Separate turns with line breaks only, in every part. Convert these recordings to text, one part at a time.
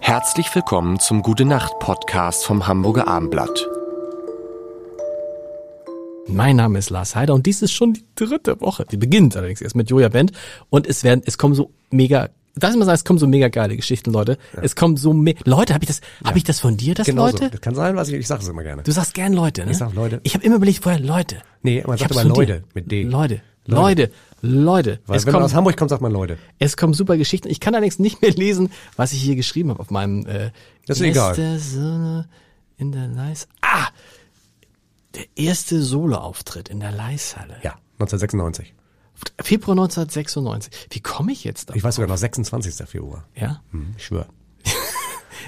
Herzlich willkommen zum Gute Nacht Podcast vom Hamburger Armblatt.
Mein Name ist Lars Heider und dies ist schon die dritte Woche. Die beginnt allerdings erst mit Joja Band und es werden, es kommen so mega, darf ich mal sagen, es kommen so mega geile Geschichten, Leute. Es kommen so me Leute, habe ich das, habe ich das von dir, das
Genau so.
Leute?
Das kann sein, was ich, ich sage es immer gerne.
Du sagst gern Leute, ne?
Ich sag Leute.
Ich habe immer überlegt vorher Leute.
Nee, man
Ich
sagt
hab's
aber
von
Leute
dir.
mit D.
Leute, Leute, Leute.
Weil
Es
wenn man
kommen,
aus Hamburg kommt, sagt man Leute.
es kommen super Geschichten. Ich kann allerdings nicht mehr lesen, was ich hier geschrieben habe auf meinem. Äh,
Das ist egal.
Erster Solo in der Leis. Ah, der erste Soloauftritt in der Leishalle.
Ja, 1996.
Februar 1996. Wie komme ich jetzt da?
Ich weiß sogar noch 26. Februar.
Ja.
Hm, ich schwöre.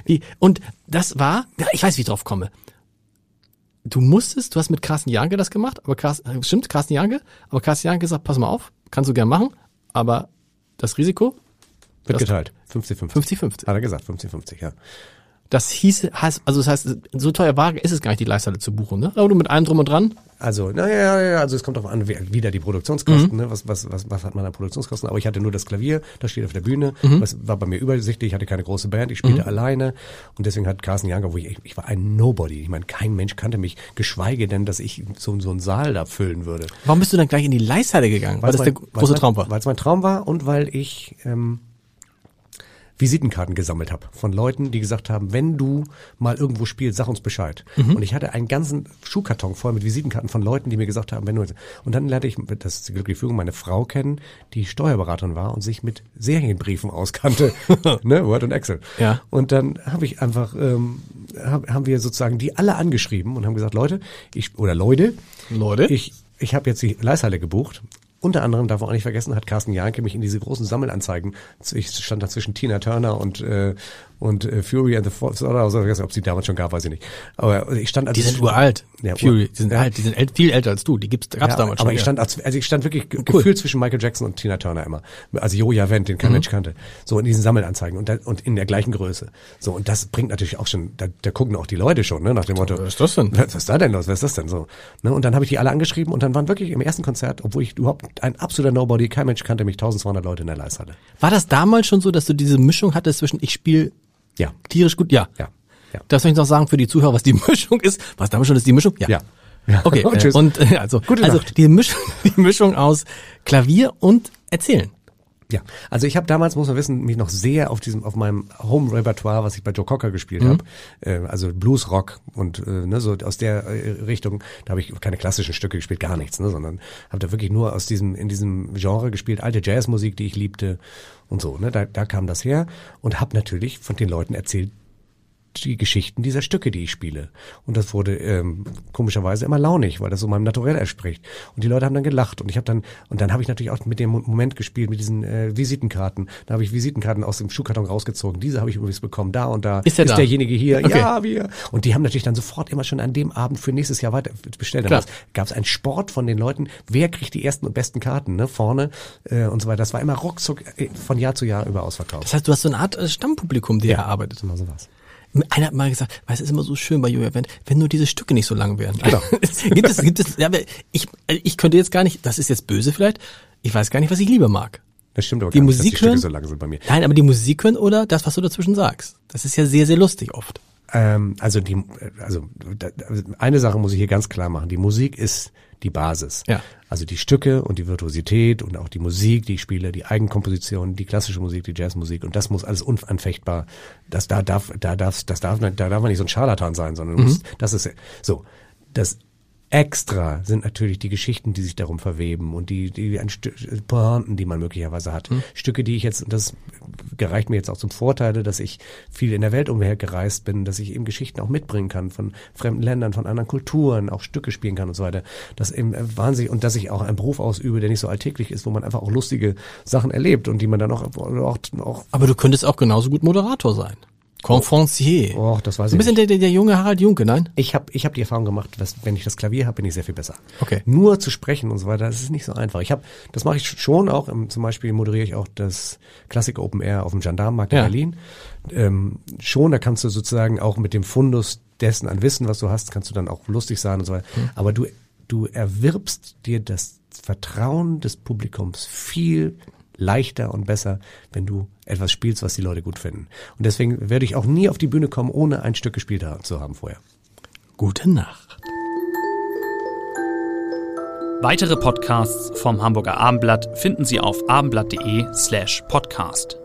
Wie, und das war, ja, ich weiß, wie ich drauf komme. Du musstest, du hast mit Carsten Janke das gemacht, aber Carsten, äh, stimmt, Carsten Janke, aber Carsten Janke sagt, pass mal auf, kannst du gern machen, aber das Risiko
Wird
Das-
geteilt. 50-50.
50-50.
Hat er gesagt, 50-50, ja.
Das hieß, heißt, also das heißt, so teuer war, ist es gar nicht, die Leisthalle zu buchen, ne? Aber du mit allem drum und dran,
Also, naja, ja, ja, also es kommt darauf an, wer- wieder die Produktionskosten,
Mhm.
ne? was, was, was, was hat man an Produktionskosten, aber ich hatte nur das Klavier, das steht auf der Bühne,
Mhm.
das war bei mir übersichtlich, ich hatte keine große Band, ich spielte alleine und deswegen hat Carsten Janker, wo ich, ich war ein Nobody, ich meine, kein Mensch kannte mich, geschweige denn, dass ich so, so einen Saal da füllen würde.
warum bist du dann gleich in die Leisthalle gegangen? Weil das der große
mein,
Traum war.
Weil es mein Traum war und weil ich ähm, Visitenkarten gesammelt habe von Leuten, die gesagt haben, wenn du mal irgendwo spielst, sag uns Bescheid.
Mhm.
Und ich hatte einen ganzen Schuhkarton voll mit Visitenkarten von Leuten, die mir gesagt haben, wenn du jetzt. Und dann lernte ich, das ist die glückliche Fügung, meine Frau kennen, die Steuerberaterin war und sich mit Serienbriefen auskannte, ne, Word und Excel.
Ja.
Und dann habe ich einfach, ähm, hab, haben wir sozusagen die alle angeschrieben und haben gesagt, Leute, ich oder Leute,
Leute?
ich, ich habe jetzt die Leishalle gebucht. Unter anderem, darf man auch nicht vergessen, hat Carsten Janke mich in diese großen Sammelanzeigen, ich stand da zwischen Tina Turner und, äh, und äh, Fury and the Force, oder so, ich weiß nicht, ob es die damals schon gab, weiß ich nicht. Aber ich stand als
Die sind uralt.
Ja,
Fury,
ur-
die sind
ja.
alt, die sind äl- viel älter als du, die gibt's, gab's
ja,
damals
aber
schon.
ich
ja.
stand, als, also ich stand wirklich ge-
Cool.
gefühlt zwischen Michael Jackson und Tina Turner immer. Also Joja Wendt, den kein
Mhm.
Mensch kannte. So in diesen Sammelanzeigen und, da, und in der gleichen Größe. So, und das bringt natürlich auch schon, da, da gucken auch die Leute schon, ne, nach dem Motto.
was ist das denn?
Was ist da denn los? Was ist das denn so? Ne, und dann habe ich die alle angeschrieben und dann waren wirklich im ersten Konzert, obwohl ich überhaupt ein absoluter Nobody, kein Mensch kannte mich, 1200 Leute in der Leishalle.
war das damals schon so, dass du diese Mischung hattest zwischen ich spiele
Ja.
tierisch gut, ja.
Ja. Ja.
Das soll ich noch sagen für die Zuhörer, was die Mischung ist. Was damals schon ist die Mischung?
Ja.
Okay,
Und
äh,
tschüss.
und äh, also,
Gute
also
Nacht.
die Mischung, die Mischung aus Klavier und Erzählen.
Ja, also ich habe damals, muss man wissen, mich noch sehr auf diesem, auf meinem Home-Repertoire, was ich bei Joe Cocker gespielt hab, habe, äh, also Blues-Rock und äh, ne, so aus der äh, Richtung, da habe ich keine klassischen Stücke gespielt, gar nichts, ne, sondern habe da wirklich nur aus diesem, in diesem Genre gespielt, alte Jazzmusik, die ich liebte und so, ne, da, da kam das her und habe natürlich von den Leuten erzählt, die Geschichten dieser Stücke, die ich spiele. Und das wurde ähm, komischerweise immer launig, weil das so meinem Naturell erspricht. Und die Leute haben dann gelacht und ich habe dann und dann habe ich natürlich auch mit dem Mo- Moment gespielt mit diesen äh, Visitenkarten. Da habe ich Visitenkarten aus dem Schuhkarton rausgezogen. Diese habe ich übrigens bekommen. Da und da
Ist der da?
derjenige hier.
Okay.
Ja, wir. Und die haben natürlich dann sofort immer schon an dem Abend für nächstes Jahr weiter bestellt.
Klar.
Dann gab es einen Sport von den Leuten. Wer kriegt die ersten und besten Karten ne? vorne äh, und so weiter. Das war immer ruckzuck äh, von Jahr zu Jahr über ausverkauft.
Das heißt, du hast so eine Art äh, Stammpublikum, dir erarbeitet.
Genau so war's.
Einer hat mal gesagt, weil es ist immer so schön bei Julia Wendt, wenn nur diese Stücke nicht so lang wären.
Genau.
gibt es, gibt es, ja, aber ich, äh, ich könnte jetzt gar nicht, das ist jetzt böse vielleicht, ich weiß gar nicht, was ich lieber mag.
Das stimmt aber
Die
gar
Musik
nicht, dass die
hören?
Stücke so lang sind bei mir.
Nein, aber die Musik hören oder das, was du dazwischen sagst. Das ist ja sehr, sehr lustig oft.
Ähm, also die, also da, eine Sache muss ich hier ganz klar machen: Die Musik ist die Basis.
Ja.
Also die Stücke und die Virtuosität und auch die Musik, die ich spiele, die Eigenkomposition, die klassische Musik, die Jazzmusik und das muss alles unanfechtbar. Das da darf, da darf, das darf, da darf man nicht so ein Scharlatan sein, sondern du musst, das ist so. Das Extra sind natürlich die Geschichten, die sich darum verweben und die, die ein Stü- Pointen, die man möglicherweise hat.
Hm.
Stücke, die ich jetzt, und das gereicht mir jetzt auch zum Vorteile, dass ich viel in der Welt umhergereist bin, dass ich eben Geschichten auch mitbringen kann von fremden Ländern, von anderen Kulturen, auch Stücke spielen kann und so weiter. Das eben äh, wahnsinnig, und dass ich auch einen Beruf ausübe, der nicht so alltäglich ist, wo man einfach auch lustige Sachen erlebt und die man dann auch, auch, auch
Aber du könntest auch genauso gut Moderator sein. Conferencier.
oh, das weiß
so ein
ich
bisschen
nicht.
der, der, der junge Harald Junke, nein?
Ich habe ich hab die Erfahrung gemacht, dass wenn ich das Klavier habe, bin ich sehr viel besser.
Okay.
Nur zu sprechen und so weiter, das ist nicht so einfach. Ich habe, das mache ich schon auch. Im, zum Beispiel moderiere ich auch das Klassik Open Air auf dem Gendarmenmarkt
Ja.
in Berlin. Ähm, schon, da kannst du sozusagen auch mit dem Fundus dessen an Wissen, was du hast, kannst du dann auch lustig sein und so weiter.
Hm.
Aber du, du erwirbst dir das Vertrauen des Publikums viel leichter und besser, wenn du etwas spielst, was die Leute gut finden. Und deswegen werde ich auch nie auf die Bühne kommen, ohne ein Stück gespielt ha- zu haben vorher.
Gute Nacht.
Weitere Podcasts vom Hamburger Abendblatt finden Sie auf abendblatt.de slash podcast.